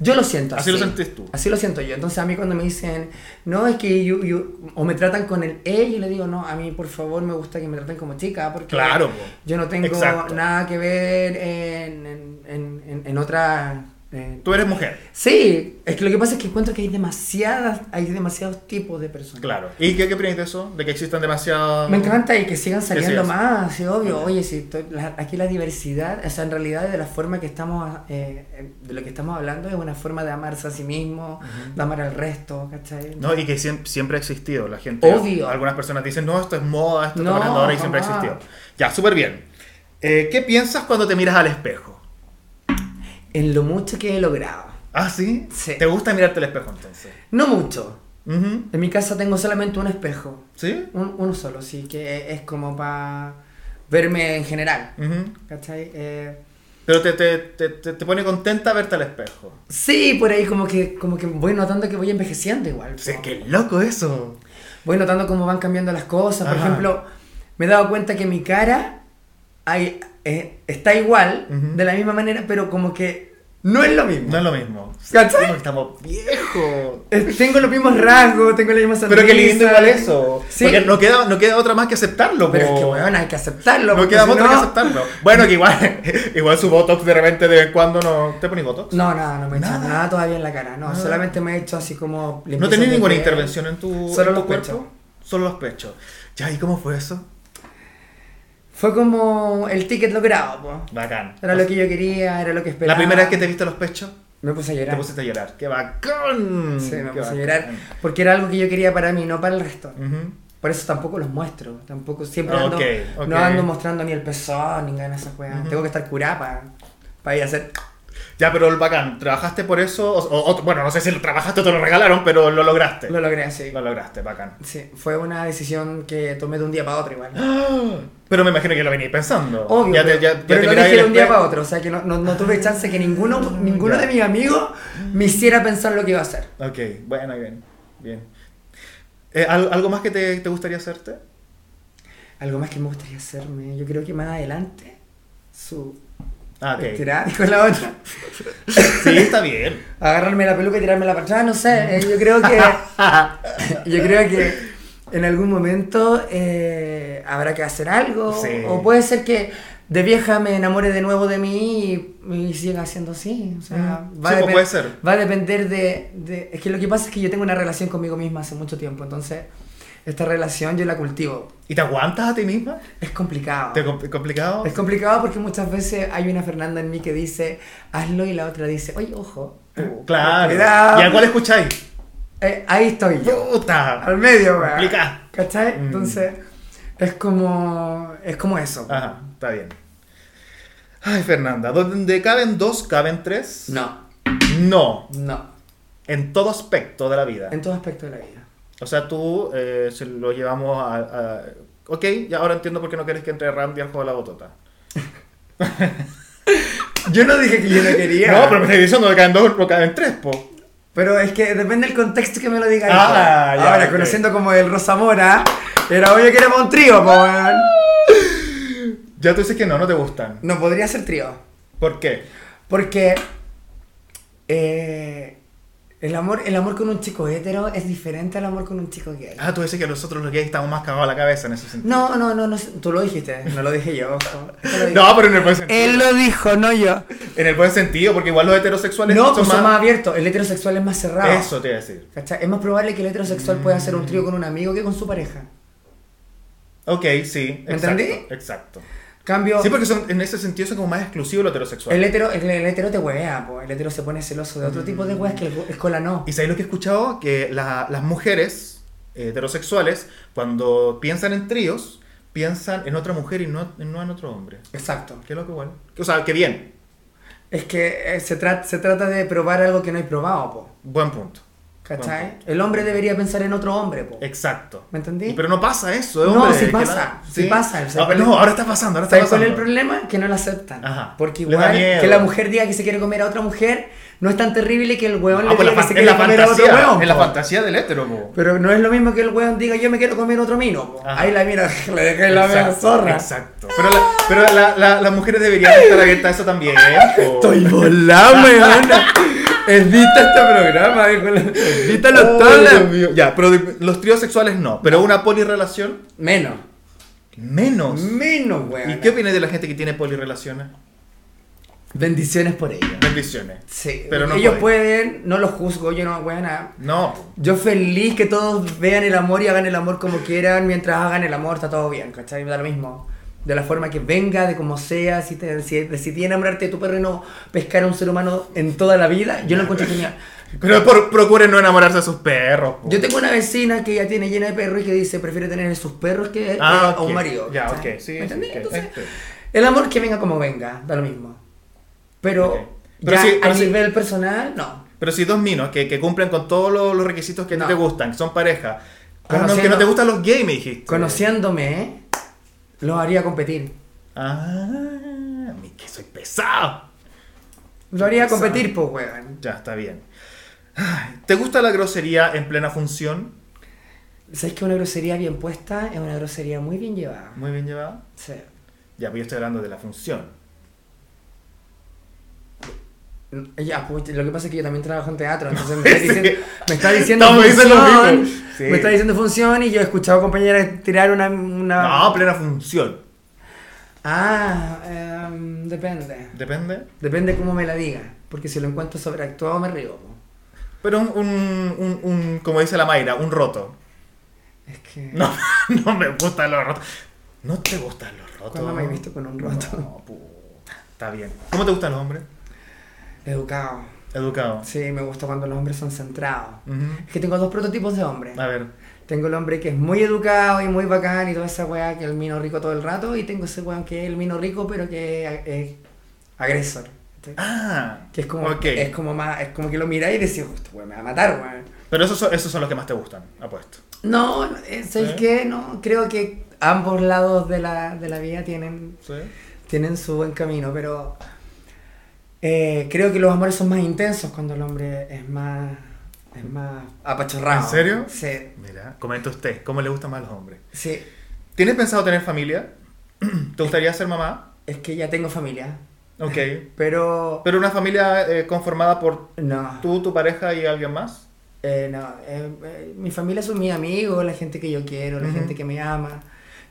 Speaker 3: Yo lo siento así.
Speaker 2: Así lo sentís tú.
Speaker 3: Así lo siento yo. Entonces a mí cuando me dicen, no, es que yo, yo- o me tratan con el él, yo le digo, no, a mí por favor me gusta que me traten como chica, porque
Speaker 2: Claro, po.
Speaker 3: yo no tengo
Speaker 2: Exacto.
Speaker 3: nada que ver en, en, en- en- en otra... eh,
Speaker 2: Tú eres mujer.
Speaker 3: Sí, es que lo que pasa es que encuentro que hay demasiadas, hay demasiados tipos de personas.
Speaker 2: Claro. ¿Y qué, qué opinas de eso? De que existan demasiadas.
Speaker 3: Me encanta y que sigan saliendo
Speaker 2: sí.
Speaker 3: más, sí, obvio. Oye, si to- la- aquí la diversidad, o sea, en realidad de la forma que estamos, eh, eh, de lo que estamos hablando es una forma de amarse a sí mismo, de amar al resto, ¿cachai?
Speaker 2: No, y que siem- siempre, ha existido. La gente.
Speaker 3: Obvio.
Speaker 2: Algunas personas dicen, no, esto es moda, esto
Speaker 3: No,
Speaker 2: está pasando ahora y siempre ha
Speaker 3: jamás.
Speaker 2: existido. Ya, súper bien. Eh, ¿Qué piensas cuando te miras al espejo?
Speaker 3: En lo mucho que he logrado.
Speaker 2: ¿Ah, sí?
Speaker 3: Sí.
Speaker 2: ¿Te gusta mirarte al espejo entonces?
Speaker 3: No mucho.
Speaker 2: Ujú.
Speaker 3: En mi casa tengo solamente un espejo.
Speaker 2: ¿Sí?
Speaker 3: Un- uno solo, sí, que es como para verme en general,
Speaker 2: Ujú.
Speaker 3: ¿cachai? Eh,
Speaker 2: Pero te, te, te, te- te pone contenta verte al espejo.
Speaker 3: sí, por ahí como que, como que voy notando que voy envejeciendo igual. po.
Speaker 2: loco eso.
Speaker 3: voy notando cómo van cambiando las cosas. Por
Speaker 2: Ajá.
Speaker 3: ejemplo, me he dado cuenta que mi cara hay- eh, está igual,
Speaker 2: Ujú.
Speaker 3: de la misma manera, pero como que no es lo mismo.
Speaker 2: No es lo mismo.
Speaker 3: ¿Cachai?
Speaker 2: Estamos viejos.
Speaker 3: Eh, Tengo los mismos rasgos, tengo la misma sonrisa.
Speaker 2: Pero qué lindo igual eso.
Speaker 3: Sí.
Speaker 2: Porque no queda, no queda otra más que aceptarlo.
Speaker 3: Pero
Speaker 2: po.
Speaker 3: es que, weón, hay que aceptarlo.
Speaker 2: no
Speaker 3: porque
Speaker 2: queda
Speaker 3: si
Speaker 2: otra que aceptarlo. Bueno, que igual, igual su Botox de repente de vez en cuando no. ¿Te pones Botox?
Speaker 3: No, nada, no me he hecho
Speaker 2: Nada.
Speaker 3: nada, todavía en la cara. No,
Speaker 2: Nada.
Speaker 3: solamente me he hecho así como...
Speaker 2: No
Speaker 3: limpieza
Speaker 2: tenés
Speaker 3: de
Speaker 2: ninguna
Speaker 3: piel.
Speaker 2: intervención en tu, en
Speaker 3: Solo
Speaker 2: tu
Speaker 3: los
Speaker 2: cuerpo.
Speaker 3: pechos.
Speaker 2: Solo los pechos. Ya, ¿y cómo fue eso?
Speaker 3: Fue como el ticket logrado, po.
Speaker 2: Bacán.
Speaker 3: Era lo que yo quería, era lo que esperaba.
Speaker 2: La primera vez que te viste los pechos,
Speaker 3: Me puse a llorar.
Speaker 2: te pusiste a llorar. ¡Qué bacán!
Speaker 3: Sí, me
Speaker 2: Mm, ¡Qué
Speaker 3: puse a
Speaker 2: bacán!
Speaker 3: llorar porque era algo que yo quería para mí, no para el resto.
Speaker 2: Ujú.
Speaker 3: Por eso tampoco los muestro, tampoco siempre
Speaker 2: Ah,
Speaker 3: ando,
Speaker 2: ok, ok.
Speaker 3: no ando mostrando ni el pezón, ni nada de esas weas. Tengo que estar curada para ir a hacer.
Speaker 2: Ya, pero el bacán, ¿trabajaste por eso? O- o- o- bueno, no sé si lo trabajaste o te lo regalaron, pero lo lograste.
Speaker 3: Lo logré así.
Speaker 2: Lo lograste, bacán.
Speaker 3: Sí, fue una decisión que tomé de un día para otro igual.
Speaker 2: Pero me imagino que lo venís pensando.
Speaker 3: Obvio,
Speaker 2: Ya te-
Speaker 3: pero,
Speaker 2: ya- ya
Speaker 3: pero
Speaker 2: te
Speaker 3: lo
Speaker 2: mirabas
Speaker 3: dije de
Speaker 2: y
Speaker 3: un día
Speaker 2: después-
Speaker 3: para otro, o sea que no, no- no tuve chance que ninguno, ninguno
Speaker 2: ya.
Speaker 3: de mis amigos me hiciera pensar lo que iba a hacer.
Speaker 2: Ok, bueno, bien. bien. Eh, ¿al- ¿Algo más que te, te gustaría hacerte?
Speaker 3: Algo más que me gustaría hacerme, yo creo que más adelante, su
Speaker 2: Ah, ok.
Speaker 3: tirar con la otra.
Speaker 2: Sí, está bien.
Speaker 3: agarrarme la peluca y tirármela para atrás, no sé, eh, yo creo que yo creo que en algún momento eh, habrá que hacer algo
Speaker 2: Sí.
Speaker 3: o puede ser que de vieja me enamore de nuevo de mí y, y siga siendo así, o sea,
Speaker 2: Mm.
Speaker 3: va,
Speaker 2: Sí, pues,
Speaker 3: a depen-
Speaker 2: puede ser.
Speaker 3: va a depender de, de- es que lo que pasa es que yo tengo una relación conmigo misma hace mucho tiempo, entonces esta relación yo la cultivo,
Speaker 2: ¿Y te aguantas a ti misma?
Speaker 3: es complicado.
Speaker 2: ¿Te compl- complicado?
Speaker 3: Es complicado porque muchas veces hay una Fernanda en mí que dice hazlo y la otra dice, oye, ojo. tú,
Speaker 2: Claro.
Speaker 3: cuidado".
Speaker 2: ¿Y a cuál escucháis?
Speaker 3: Eh, ahí estoy yo.
Speaker 2: ¡Puta!
Speaker 3: Al medio, weón.
Speaker 2: Complicado.
Speaker 3: ¿Cachai?
Speaker 2: Mm.
Speaker 3: Entonces, es como. Es como eso.
Speaker 2: Ajá, está bien. Ay, Fernanda, donde caben dos, caben tres.
Speaker 3: No,
Speaker 2: No.
Speaker 3: no.
Speaker 2: en todo aspecto de la vida.
Speaker 3: En todo aspecto de la vida.
Speaker 2: O sea, tú eh, se lo llevamos a, a- Ok, ya ahora entiendo por qué no quieres que entre Randy al juego de la botota.
Speaker 3: Yo no dije que yo no quería.
Speaker 2: No, pero me estoy diciendo que caen dos, no caen tres, po.
Speaker 3: Pero es que depende del contexto que me lo diga.
Speaker 2: Ah,
Speaker 3: hijo.
Speaker 2: ya,
Speaker 3: Ahora,
Speaker 2: ok.
Speaker 3: conociendo como el Rosa Mora, era obvio que éramos un trío, po, weón.
Speaker 2: Ya tú dices que no, no te gustan.
Speaker 3: No podría ser trío.
Speaker 2: ¿Por qué?
Speaker 3: Porque eh, el, amor, el amor con un chico hetero es diferente al amor con un chico gay.
Speaker 2: Ah, tú dices que nosotros los gays estamos más cagados a la cabeza en ese sentido.
Speaker 3: No, no, no, no, tú lo dijiste, no lo dije yo. ojo. Tú lo dijiste.
Speaker 2: No, pero en el buen sentido.
Speaker 3: Él lo dijo, no yo.
Speaker 2: En el buen sentido, porque igual los heterosexuales
Speaker 3: No, pues son más abiertos. El heterosexual es más cerrado.
Speaker 2: Eso te iba a decir.
Speaker 3: ¿Cachai? Es más probable que el heterosexual pueda hacer un trío con un amigo que con su pareja.
Speaker 2: Ok, sí.
Speaker 3: ¿Me
Speaker 2: exacto,
Speaker 3: entendí?
Speaker 2: Exacto.
Speaker 3: Cambio.
Speaker 2: Sí, porque son, en ese sentido son como más exclusivos los heterosexuales.
Speaker 3: El hetero, el, el hetero te huea, po. el hetero se pone celoso de otro tipo de weas que el, el cola no.
Speaker 2: ¿Y sabéis lo que he escuchado? Que la- las mujeres eh, heterosexuales, cuando piensan en tríos, piensan en otra mujer y no, no en otro hombre.
Speaker 3: Exacto.
Speaker 2: Qué loco igual. O sea, qué bien.
Speaker 3: Es que eh, se, tra- se trata de probar algo que no hay probado, po.
Speaker 2: Buen punto.
Speaker 3: ¿cachai?
Speaker 2: Buen punto.
Speaker 3: El hombre debería pensar en otro hombre, po.
Speaker 2: Exacto.
Speaker 3: ¿Me entendí?
Speaker 2: Y- Pero no pasa eso, ¿eh,
Speaker 3: No,
Speaker 2: hombre?
Speaker 3: sí
Speaker 2: Que
Speaker 3: pasa,
Speaker 2: la-
Speaker 3: sí pasa, o sea,
Speaker 2: Ah, no, ahora está pasando, ahora está
Speaker 3: ¿Sabes cuál
Speaker 2: pasando.
Speaker 3: es el problema? Que no lo aceptan.
Speaker 2: Ajá.
Speaker 3: Porque
Speaker 2: Le da
Speaker 3: igual
Speaker 2: miedo.
Speaker 3: que la mujer diga que se quiere comer a otra mujer, no es tan terrible que el weón
Speaker 2: Ah,
Speaker 3: le
Speaker 2: pues la
Speaker 3: diga que
Speaker 2: fan-
Speaker 3: se
Speaker 2: es
Speaker 3: quiere
Speaker 2: la
Speaker 3: comer a otro
Speaker 2: fantasía,
Speaker 3: weón.
Speaker 2: es la
Speaker 3: po.
Speaker 2: fantasía del hétero, po.
Speaker 3: Pero no es lo mismo que el weón diga yo me quiero comer otro mino. po.
Speaker 2: Ajá.
Speaker 3: Ahí la mira, le dejé la mea
Speaker 2: Exacto,
Speaker 3: zorra.
Speaker 2: Exacto. Pero, la- pero la- la- las mujeres deberían estar abiertas a eso también, ¿eh? po.
Speaker 3: Estoy volado, weón. Edita este programa, dijo. Edítalo
Speaker 2: Oh,
Speaker 3: todo.
Speaker 2: Dios mío. Ya, pero de- los tríos sexuales no. Pero una polirrelación,
Speaker 3: Menos.
Speaker 2: menos.
Speaker 3: Menos, weón.
Speaker 2: ¿Y qué opinas de la gente que tiene polirrelaciones?
Speaker 3: Bendiciones por ello.
Speaker 2: Bendiciones.
Speaker 3: Sí.
Speaker 2: Pero no
Speaker 3: Ellos
Speaker 2: pueden.
Speaker 3: pueden, no los juzgo, yo no, weón. nada.
Speaker 2: No.
Speaker 3: Yo feliz que todos vean el amor y hagan el amor como quieran, mientras hagan el amor está todo bien, ¿cachai? Me Da lo mismo. De la forma que venga, de como sea, si, te, si decidí enamorarte de tu perro y no pescar a un ser humano en toda la vida, yo lo encuentro genial.
Speaker 2: Pero por- procuren no enamorarse de sus perros. po.
Speaker 3: Yo tengo una vecina que ya tiene llena de perros y que dice prefiere tener sus perros que eh,
Speaker 2: Ah,
Speaker 3: a un
Speaker 2: ok.
Speaker 3: marido.
Speaker 2: Ya,
Speaker 3: ¿cachai?
Speaker 2: ok. Sí,
Speaker 3: ¿Me
Speaker 2: sí,
Speaker 3: entendí?
Speaker 2: ok.
Speaker 3: Entonces,
Speaker 2: Este.
Speaker 3: el amor que venga como venga, da lo mismo. Pero,
Speaker 2: Ok. Pero
Speaker 3: ya
Speaker 2: sí, pero
Speaker 3: a
Speaker 2: sí.
Speaker 3: nivel personal, no.
Speaker 2: Pero si dos minos que, que cumplen con todos los, los requisitos que a ti
Speaker 3: No.
Speaker 2: te gustan, que son pareja, con
Speaker 3: Conociendo-
Speaker 2: uno que no te gustan los gays, me dijiste.
Speaker 3: Conociéndome, los haría competir.
Speaker 2: Ah, mi que soy pesado.
Speaker 3: Los haría
Speaker 2: Exacto.
Speaker 3: competir, pues, weón.
Speaker 2: Ya, está bien. Ay, ¿Te gusta la grosería en plena función?
Speaker 3: ¿Sabes que una grosería bien puesta es una grosería muy bien llevada?
Speaker 2: Muy bien llevada.
Speaker 3: Sí.
Speaker 2: Ya, pues yo estoy hablando de la función.
Speaker 3: Ya, pues, lo que pasa es que yo también trabajo en teatro, entonces me está
Speaker 2: Sí.
Speaker 3: diciendo, me está diciendo
Speaker 2: Todos me dicen lo
Speaker 3: función,
Speaker 2: mismo. Sí.
Speaker 3: me está diciendo función y yo he escuchado compañeras tirar una... una-
Speaker 2: No, plena función.
Speaker 3: Ah, em, depende.
Speaker 2: Depende.
Speaker 3: Depende cómo me la diga, porque si lo encuentro sobreactuado me río. po.
Speaker 2: Pero un, un- un- un- como dice la Mayra, un roto.
Speaker 3: Es que...
Speaker 2: No, no me gustan los rotos. ¿No te gustan los rotos?
Speaker 3: ¿Cuándo me he visto con un roto?
Speaker 2: No, puta. Está bien. ¿Cómo te gustan los hombres?
Speaker 3: Educado.
Speaker 2: Educados.
Speaker 3: Sí, me gusta cuando los hombres son centrados.
Speaker 2: Ujú.
Speaker 3: Es que tengo dos prototipos de hombres.
Speaker 2: A ver.
Speaker 3: Tengo el hombre que es muy educado y muy bacán y toda esa weá que es el mino rico todo el rato. Y tengo ese weón que es el mino rico pero que es, es agresor. ¿cachai?
Speaker 2: Ah.
Speaker 3: Que es como,
Speaker 2: Ok.
Speaker 3: es como más, es como que lo miráis y decís, "Justo, weón, me va a matar, weón.
Speaker 2: Pero esos son, esos son los que más te gustan, apuesto.
Speaker 3: No, eh, ¿sabes
Speaker 2: ¿Eh?
Speaker 3: qué? No, creo que ambos lados de la, de la vida tienen,
Speaker 2: ¿Sí?
Speaker 3: tienen su buen camino, pero eh, creo que los amores son más intensos cuando el hombre es más, es más apachorrado.
Speaker 2: ¿En serio?
Speaker 3: Sí,
Speaker 2: Mira, comenta usted, ¿cómo le gustan más los hombres?
Speaker 3: sí.
Speaker 2: ¿Tienes pensado tener familia? ¿Te gustaría ser mamá?
Speaker 3: Es que ya tengo familia,
Speaker 2: Ok.
Speaker 3: pero...
Speaker 2: ¿Pero una familia eh, conformada por
Speaker 3: No,
Speaker 2: tú, tu pareja y alguien más?
Speaker 3: eh, no. eh, eh, mi familia son mis amigos, la gente que yo quiero, la
Speaker 2: Ujú.
Speaker 3: gente que me ama,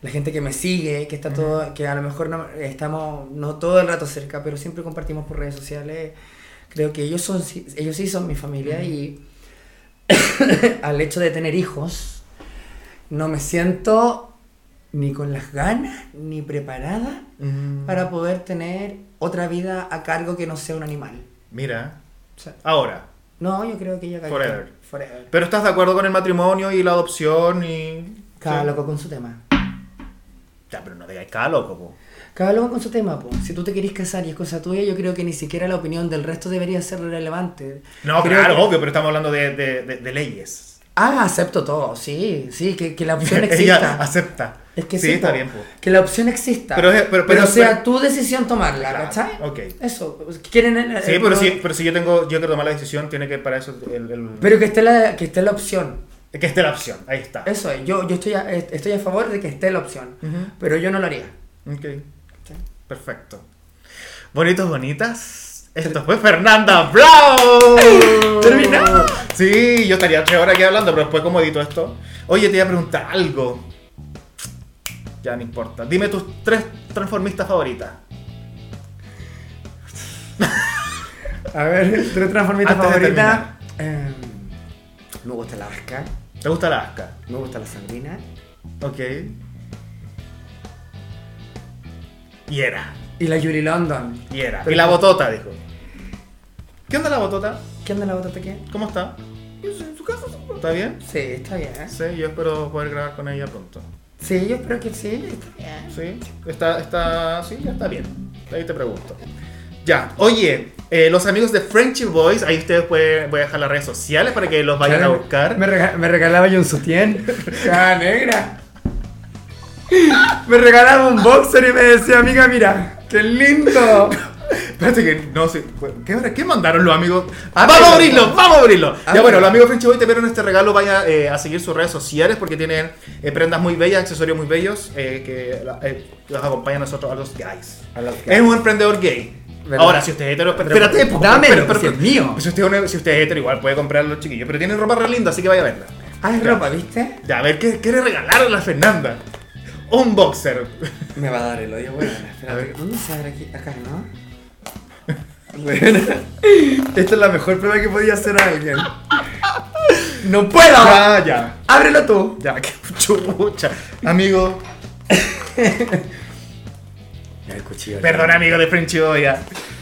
Speaker 3: la gente que me sigue, que está todo, que a lo mejor no, estamos no todo el rato cerca, pero siempre compartimos por redes sociales. Creo que ellos son, sí- ellos sí son mi familia y al hecho de tener hijos no me siento ni con las ganas ni preparada
Speaker 2: Mm,
Speaker 3: para poder tener otra vida a cargo que no sea un animal.
Speaker 2: Mira,
Speaker 3: O sea,
Speaker 2: ahora.
Speaker 3: no, yo creo que ya cagué.
Speaker 2: Forever.
Speaker 3: Forever.
Speaker 2: ¿Pero estás de acuerdo con el matrimonio y la adopción y...?
Speaker 3: Cada
Speaker 2: Sí.
Speaker 3: loco con su tema.
Speaker 2: Ya, pero no digáis cada loco, po.
Speaker 3: Cada uno con su tema, po. Si tú te querés casar y es cosa tuya, yo creo que ni siquiera la opinión del resto debería ser relevante.
Speaker 2: No,
Speaker 3: Creo
Speaker 2: claro,
Speaker 3: que-
Speaker 2: obvio, pero estamos hablando de, de- de- de leyes.
Speaker 3: Ah, acepto todo, sí, sí, que, que la opción
Speaker 2: Ella
Speaker 3: exista.
Speaker 2: acepta.
Speaker 3: es que
Speaker 2: sí,
Speaker 3: sí,
Speaker 2: está
Speaker 3: po.
Speaker 2: bien. po.
Speaker 3: Que la opción exista.
Speaker 2: Pero es- pero- pero-
Speaker 3: sea
Speaker 2: pero-
Speaker 3: tu decisión tomarla,
Speaker 2: Claro,
Speaker 3: ¿cachai?
Speaker 2: ok.
Speaker 3: Eso, pues, quieren... el- el-
Speaker 2: Sí, pero
Speaker 3: el-
Speaker 2: si, pero si yo tengo, yo quiero tomar la decisión, tiene que para eso el, el-
Speaker 3: Pero que esté la, que esté la opción.
Speaker 2: que esté la opción. Ahí está.
Speaker 3: Eso es, yo, yo estoy, a, est- estoy a favor de que esté la opción,
Speaker 2: Ujú.
Speaker 3: pero yo no lo haría.
Speaker 2: Ok. Perfecto. Bonitos, bonitas. Esto fue Fernanda Bravo.
Speaker 3: Terminamos.
Speaker 2: Sí, yo estaría tres horas aquí hablando, pero después cómo edito esto. Oye, te iba a preguntar algo. Ya no importa. Dime tus tres transformistas favoritas.
Speaker 3: A ver, tres transformistas
Speaker 2: Antes de
Speaker 3: favoritas. Eh, Em, me gusta la vasca,
Speaker 2: ¿Te gusta Alaska?
Speaker 3: me gusta la sandrina
Speaker 2: Ok. Y era.
Speaker 3: y la Yuri London.
Speaker 2: Y era.
Speaker 3: Pero-
Speaker 2: Y la botota, dijo. ¿Qué onda la botota?
Speaker 3: ¿Qué onda la otra tequila?
Speaker 2: ¿Cómo está?
Speaker 3: En su casa.
Speaker 2: ¿Está bien?
Speaker 3: Sí, está bien. ¿eh?
Speaker 2: Sí, yo espero poder grabar con ella pronto.
Speaker 3: Sí, yo espero que sí, está bien.
Speaker 2: Sí, está, está, sí, ya está bien. Ahí te pregunto. Ya, oye, eh, los amigos de Frenchy Boys, ahí ustedes pueden, voy a dejar las redes sociales para que los vayan a
Speaker 3: Claro,
Speaker 2: buscar.
Speaker 3: Me, rega- me regalaba yo un sutién. Cara negra. Me regalaba un boxer y me decía, amiga, mira, qué lindo.
Speaker 2: Espérate que no sé. ¿Qué, hora- qué mandaron los amigos? ¡Vamos a abrirlo! ¡Vamos a abrirlo! Ya
Speaker 3: Ábrelo.
Speaker 2: bueno, los amigos Frenchy Boy te vieron este regalo. Vaya eh, a seguir sus redes sociales porque tienen eh, prendas muy bellas, accesorios muy bellos eh, que la- eh, los acompañan a nosotros, a los guys. Es un emprendedor gay.
Speaker 3: ¿Verdad?
Speaker 2: Ahora, si usted es hetero, pero, espérate, po,
Speaker 3: Dámelo,
Speaker 2: pero- pero- pues,
Speaker 3: si es mío.
Speaker 2: Si usted, es un- si usted es hetero, igual puede comprarlo, chiquillo. Pero tiene ropa re linda, así que vaya a verla.
Speaker 3: Ah, es
Speaker 2: Claro.
Speaker 3: ropa, ¿viste?
Speaker 2: Ya, a ver, ¿qué quiere regalar a la Fernanda? Un boxer.
Speaker 3: Me va a dar el odio, bueno,
Speaker 2: A ver.
Speaker 3: ¿Dónde se abre aquí? Acá, ¿no? Bueno, esta es la mejor prueba que podía hacer a alguien. ¡No puedo!
Speaker 2: Ah, ya.
Speaker 3: ¡Ábrelo tú!
Speaker 2: Ya, qué chucha. Amigo,
Speaker 3: El cuchillo.
Speaker 2: perdón, amigo de Frenchy Boy. ya.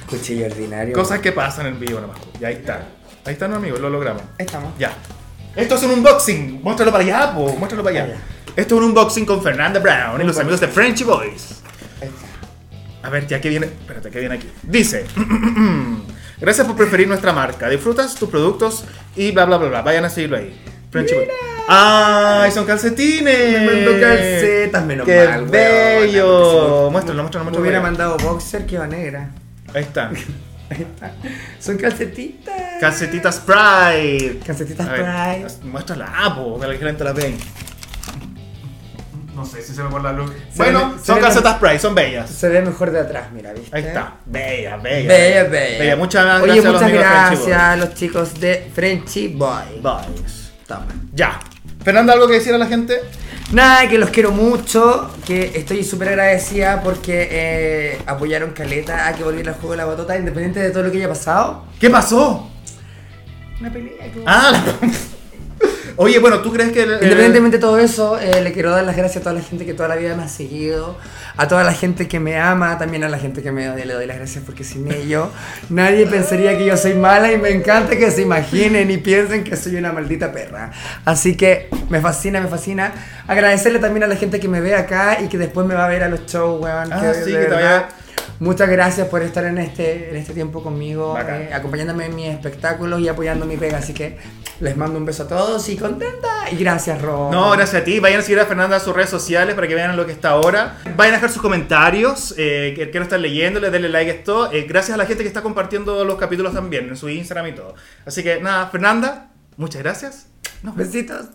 Speaker 3: Cuchillo ordinario.
Speaker 2: Cosas que pasan en vivo nomás. pues. Ya, ahí está. Ahí está, no, amigo, lo logramos.
Speaker 3: Ahí estamos.
Speaker 2: Ya. Esto es un unboxing. Muéstralo para allá, po. Muéstralo para allá. Esto es un unboxing con Fernanda Brown y los amigos de Frenchy Boys.
Speaker 3: Ahí está.
Speaker 2: A ver, ya que viene. Espérate, que viene aquí. Dice. Gracias por preferir nuestra marca. Disfrutas tus productos y bla bla bla bla. Vayan a seguirlo ahí. Frenchy Boy. ¡Ay! Son calcetines.
Speaker 3: Me mandó calcetas, menos
Speaker 2: Qué
Speaker 3: mal, weón. Porque si
Speaker 2: bello. Muéstralo,
Speaker 3: no-
Speaker 2: muéstralo,
Speaker 3: Me
Speaker 2: muéstralo. para
Speaker 3: hubiera
Speaker 2: allá.
Speaker 3: mandado boxer que va negra.
Speaker 2: Ahí están.
Speaker 3: Ahí está. Son calcetitas.
Speaker 2: Calcetitas Pride.
Speaker 3: Calcetitas
Speaker 2: A ver,
Speaker 3: Pride.
Speaker 2: Muéstrala, ah, po, para que la gente la vea. No sé si se ve por la luz.
Speaker 3: Se
Speaker 2: Bueno,
Speaker 3: ve- se
Speaker 2: son
Speaker 3: ve-
Speaker 2: calcetas Pride, son bellas.
Speaker 3: Se ve mejor de atrás, mira, ¿viste?
Speaker 2: Ahí está. Bella, bella.
Speaker 3: Bella, bella.
Speaker 2: Muchas gracias
Speaker 3: Oye,
Speaker 2: a los
Speaker 3: muchas
Speaker 2: amigos de Frenchy
Speaker 3: gracias a los chicos de Frenchy Boy.
Speaker 2: Boys. Boys.
Speaker 3: Toma.
Speaker 2: Ya. Fernanda, ¿algo que decir a la gente?
Speaker 3: Nada, que los quiero mucho, que estoy súper agradecida porque eh, apoyaron Caleta a que volviera al juego de la batota, independiente de todo lo que haya pasado.
Speaker 2: ¿Qué pasó?
Speaker 3: Una pelea que hubo.
Speaker 2: Ah, la- Oye, bueno, ¿tú crees que el- el-
Speaker 3: Independientemente de todo eso, eh, le quiero dar las gracias a toda la gente que toda la vida me ha seguido, a toda la gente que me ama, también a la gente que me odia, le doy las gracias porque sin ello nadie pensaría que yo soy mala y me encanta que se imaginen y piensen que soy una maldita perra. Así que me fascina, me fascina. Agradecerle también a la gente que me ve acá y que después me va a ver a los shows, weón.
Speaker 2: Ah,
Speaker 3: que
Speaker 2: sí,
Speaker 3: de
Speaker 2: que te
Speaker 3: verdad,
Speaker 2: vaya-
Speaker 3: Muchas gracias por estar en este, en este tiempo conmigo,
Speaker 2: Bacán.
Speaker 3: eh, acompañándome en mis espectáculos y apoyando mi pega. Así que les mando un beso a todos y contenta. Y gracias, Rob.
Speaker 2: No, gracias a ti. Vayan a seguir a Fernanda en sus redes sociales para que vean lo que está ahora. Vayan a dejar sus comentarios. Eh, que quiero estar leyéndoles, denle like a esto. Eh, gracias a la gente que está compartiendo los capítulos también en su Instagram y todo. Así que nada, Fernanda, muchas gracias.
Speaker 3: Besitos.